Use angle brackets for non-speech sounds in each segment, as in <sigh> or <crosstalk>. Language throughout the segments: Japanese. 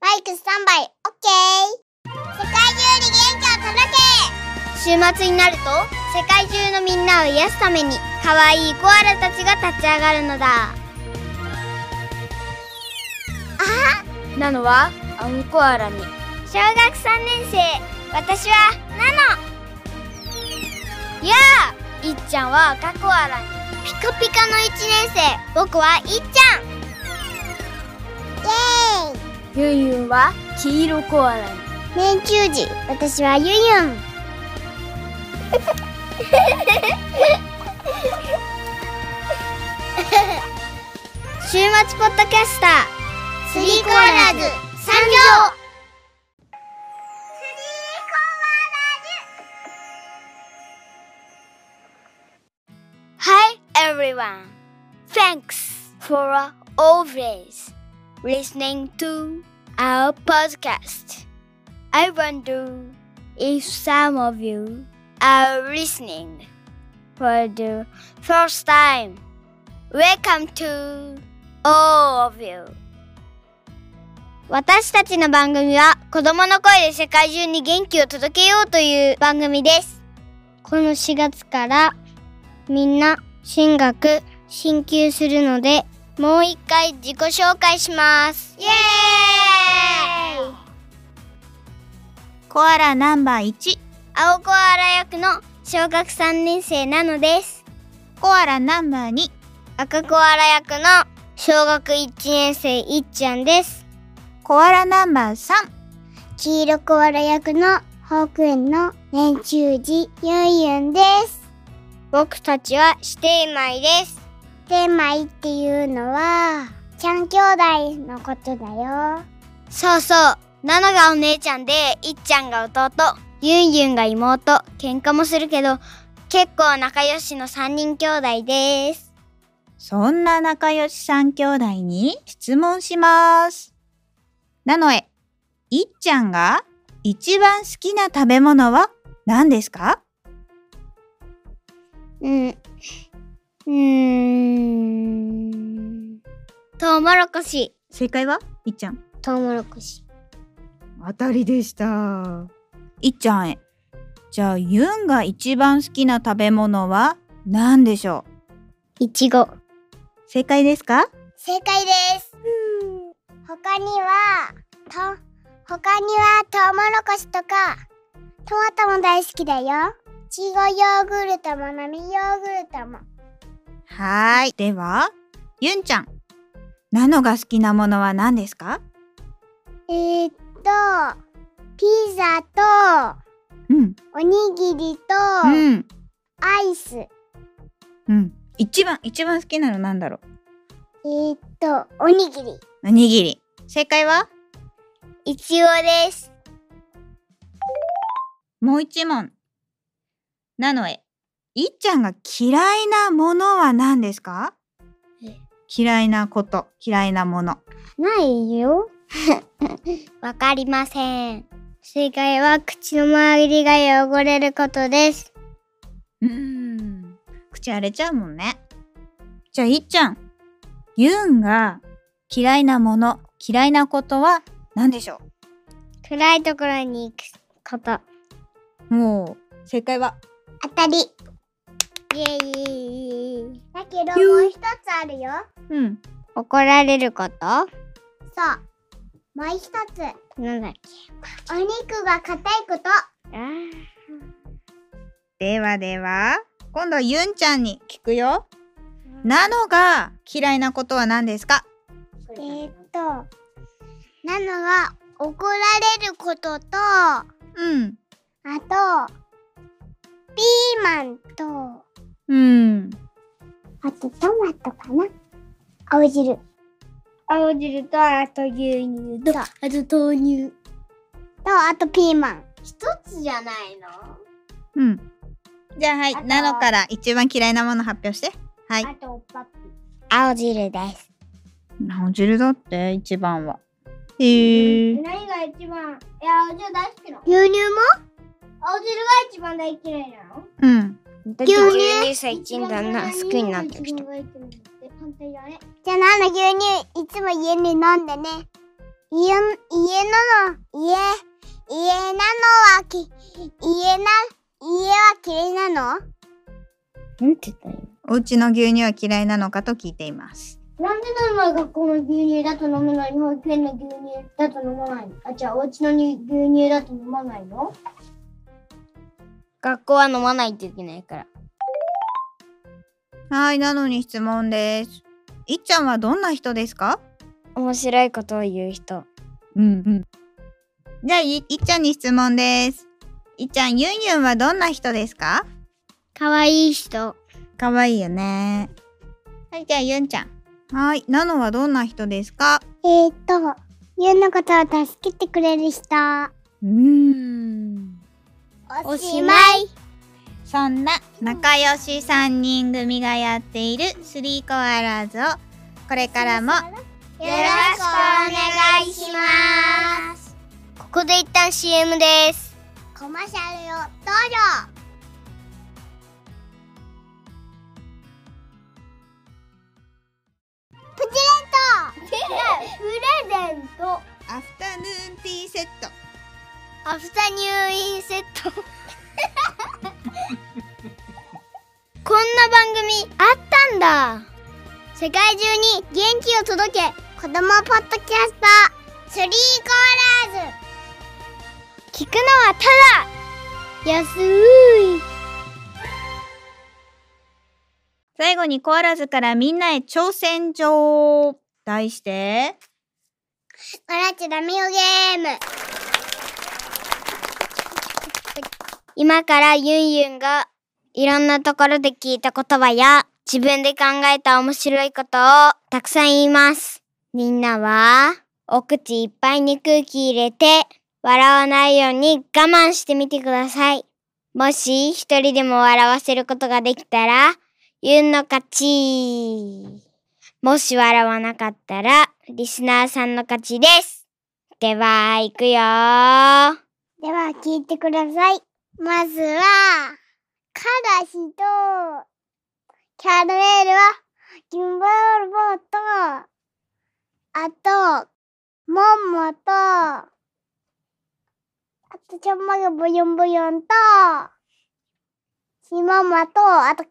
マイクスタンバイ、オッケー世界中に元気を届け週末になると、世界中のみんなを癒すために、かわいいコアラたちが立ち上がるのだ。なのはアンコアラに小学3年生、私は、ナノやいっちゃんは赤コアラにあピカピカの1年生、僕はいっちゃんイェーイユンユンは黄色コアラに年中時私はゆゆん週末ポッドキャスタースリーコアラーズ参上はい、everyone. Thanks for always listening to our podcast. I wonder if some of you are listening for the first time. Welcome to all of you. 私たちの番組は子供の声で世界中に元気を届けようという番組です。この4月からみんな進学、進級するのでもう一回自己紹介します。イエーイコアラナンバー1、青コアラ役の小学3年生なのです。コアラナンバー2、赤コアラ役の小学1年生いっちゃんです。コアラナンバー3、黄色コアラ役の保育園の年中児ゆんゆんです。僕たちは指定米です。指定米っていうのは、ちゃん兄弟のことだよ。そうそう。ナナがお姉ちゃんで、いっちゃんが弟、ゆんゆんが妹、喧嘩もするけど、結構仲良しの3人兄弟です。そんな仲良し三兄弟に質問します。なのえ、いっちゃんが一番好きな食べ物は何ですかうん。うーん。トウモロコシ。正解はいっちゃん。トウモロコシ。当たりでした。いっちゃんへ。じゃあ、ユンが一番好きな食べ物は何でしょういちご。正解ですか正解です。他には、と、他にはトウモロコシとか、トマトも大好きだよ。いちごヨーグルトも、なみヨーグルトも。はーい。では、ユンちゃん。ナノが好きなものは何ですかえー、っと、ピザと、うん。おにぎりと、うん。アイス。えうん。一番、一番好きなのなんだろー、っと、おにぎり。うおにぎり。正解はいちごです。もう一問。なのえ、いっちゃんが嫌いなものは何ですかえ嫌いなこと、嫌いなもの。ないよ。 <laughs> わかりません。正解は口の周りが汚れることです。うーん。口荒れちゃうもんね。じゃあ、いっちゃん。ユンが嫌いなもの、嫌いなことは何でしょ暗いところに行くこと。うもう、正解は当たり。イエーイ。だけどもう一つあるよ。うん。怒られることそう。もう一つ。なんだっけお肉が硬いこと。あーではでは、今度はユンちゃんに聞くよ。ナノが嫌いなことは何ですかえーっと、なのは怒られることと、あうん。と、ピーマンと、うん。あとトマトかな。青汁。青汁とあと牛乳とあと豆乳。と、あとピーマン。一つじゃないのうん。じゃあはいあ、とナノから一番嫌いなもの発表して。はい。と、おっぱっぴ。青汁です。青汁だって、一番は。へえ。何が一番いや、青汁大好きなの。牛乳も青汁が一番大嫌いなのうん。牛乳12歳一番段な好きになってきた。じゃあ、なの牛乳いつも家に飲んでね。家、家家なの、家、家なのはき、家な、家は嫌いなのなんて言ったらいいお家の牛乳は嫌いなのかと聞いています。のなんでなのは学校の牛乳だと飲めないの保育園の牛乳だと飲まないのあ、じゃあお家のに牛乳だと飲まないの学校は飲まないといけないから。はい、なのに質問です。いっちゃんはどんな人ですか面白いことを言う人。うんうん。じゃあい、いっちゃんに質問です。いっちゃん、ゆんゆんはどんな人ですかかわいい人。かわいいよね。はい、じゃあ、ゆんちゃん。はい、なのはどんな人ですかえー、っと、ゆうのことを助けてくれる人。うーん。おしまい。そんな仲良し3人組がやっているスリーコアラーズをこれからもよろしくお願いします。ここで一旦 CM です。コマーシャルよ、どうぞ。ププレゼント。アフタヌーンティーセットアフタ入院セッ <laughs> ト。こんな番組あったんだ。世界中に元気を届け、子供ポッドキャスター、スリーコーラーズ。聞くのはただ、安い。最後にコアラズからみんなへ挑戦状題して笑っちゃダメよゲーム今からユンユンがいろんなところで聞いた言葉や自分で考えた面白いことをたくさん言います。みんなはお口いっぱいに空気入れて笑わないように我慢してみてください。もし一人でも笑わせることができたらユンの勝ち。もし笑わなかったら、リスナーさんの勝ちです。では、いくよでは聞いてください。まずは、からしと、キャラメルは、ギンバルボと、あと、ももと、あとちょんまがボヨンボヨンと、しままと、あと、くっ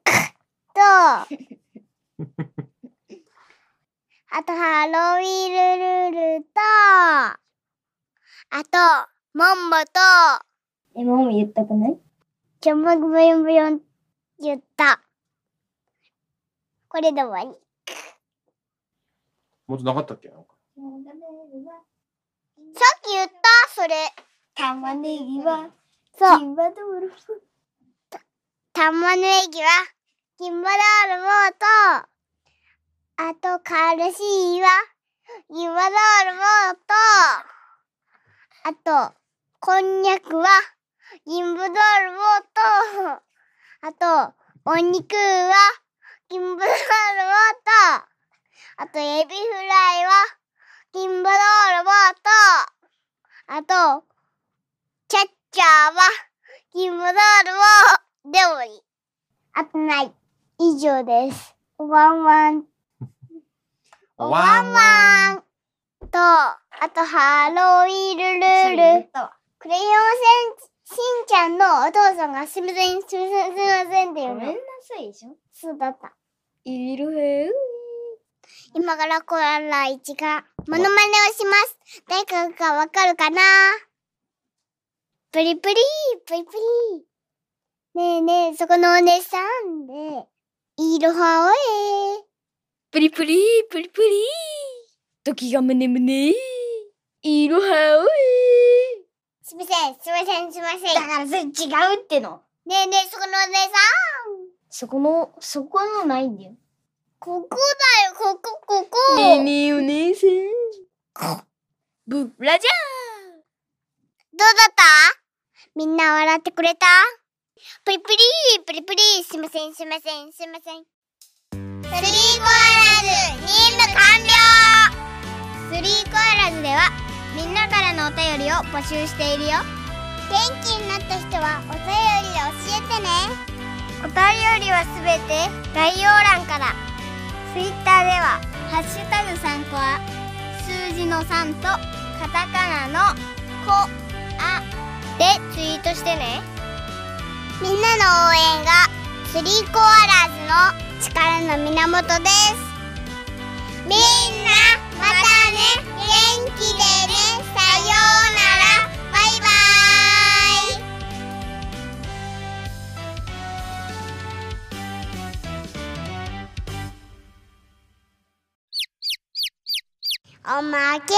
と、あと、ハロウィンルルルと、あと、もんもと、え、もも言ったくないちょんまぐぶよんぶよん、言った。これで終わり。もっとなかったっけなんかさっき言った、それ。玉ねぎは、そう。ンバドール。玉ねぎは、キンバダールボーと、あと、カルシーは、キンバダールボーと、あと、こんにゃくは、キンバダールボーと、あと、お肉は、キンバダールボーと、あと、エビフライは、キンバダールボーと、あと、キャッチャーは、キンバダールボーでもいい。あとない。以上です。おわんわん。おわんわん。と、あと、ハロウィルルル。クレヨンせん、しんちゃんのお父さんがすみません、すみません、すみませんって言うの。さいでしょそうだった。いるへ今からコアラ1が、モノマネをします。誰かがわかるかなプリプリプリプリねえねえ、そこのお姉さんで、いろはおえプリプリプリプリドキがムネムネいろはおいすみません、すみません、すみません。だからそれ違うってのねえねえ、そこのお姉さん。そこのそこのないんだよここだよ、ここ、ここ。ねえねえお姉さんブラジどうだったみんな笑ってくれたプリプリプリプリすいませんすいませんすいませんスリーコアラーズ任務完了スリーコアラーズではみんなからのお便りを募集しているよ元気になった人はお便りで教えてねお便りはすべて概要欄からツイッターでは「ハッシュタグ参考は数字の3と「カタカナのこあでツイートしてねみんなの応援がスリーコアラーズの力の源ですみんなまたね元気でねさようならバイバイおまけ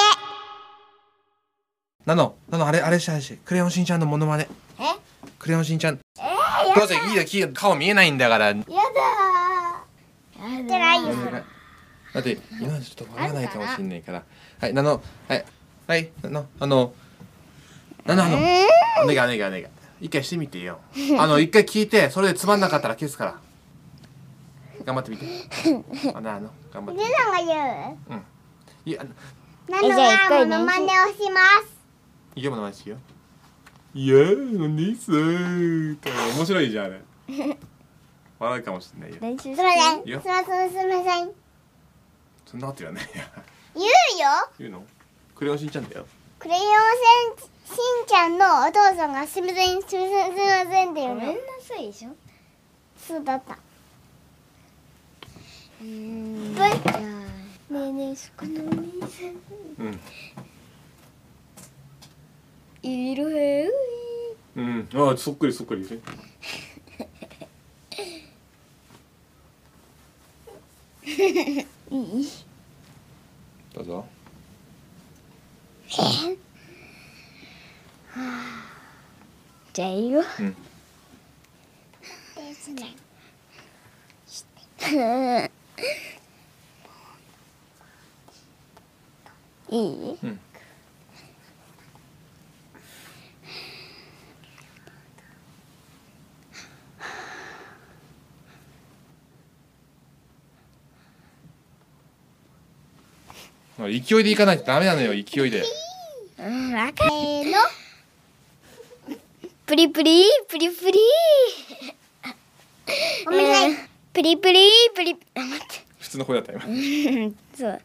なの、なの、あれ、あれしあれし、クレヨンしんちゃんのモノマネ。えクレヨンしんちゃん。えどうせ、いいだ、き、顔見えないんだから。だやだやってないよって、今のちょっとわからないかもしれないから。はい、なの、はい、はい、なの、あの。なの、あの。お願い、お願い、お願い。一回してみてよ。あの、一回聞いて、それでつまんなかったら消すから。頑張ってみて。あの、あの、頑張ってみて。なんか言ういや、あのなえじゃあ一の回はねモノマネをしますいけもないですよ。いやー、なんでいっすーって面白いじゃん、あれ。笑うかもしれないよ。練習すみませんいいよすみませんすみませんそんなこと言わないや。言うよ言うのクレヨンしんちゃんだよ。クレヨンせんしんちゃんのお父さんがすみませんすみませんすみませんって言うのさいでしょそうだったうんぶんねえねえそこのお兄さんうん。いるへういうん。ああ、そっくりそっくり。いいどうぞ。じゃあいいようん。ですねいいうん。勢いで行かないとダメなのよ勢いでうんわせかーのプリプリプリプリごめんなさい Ah, うんプリプリプリあ待っ普通の声だった今てうんそう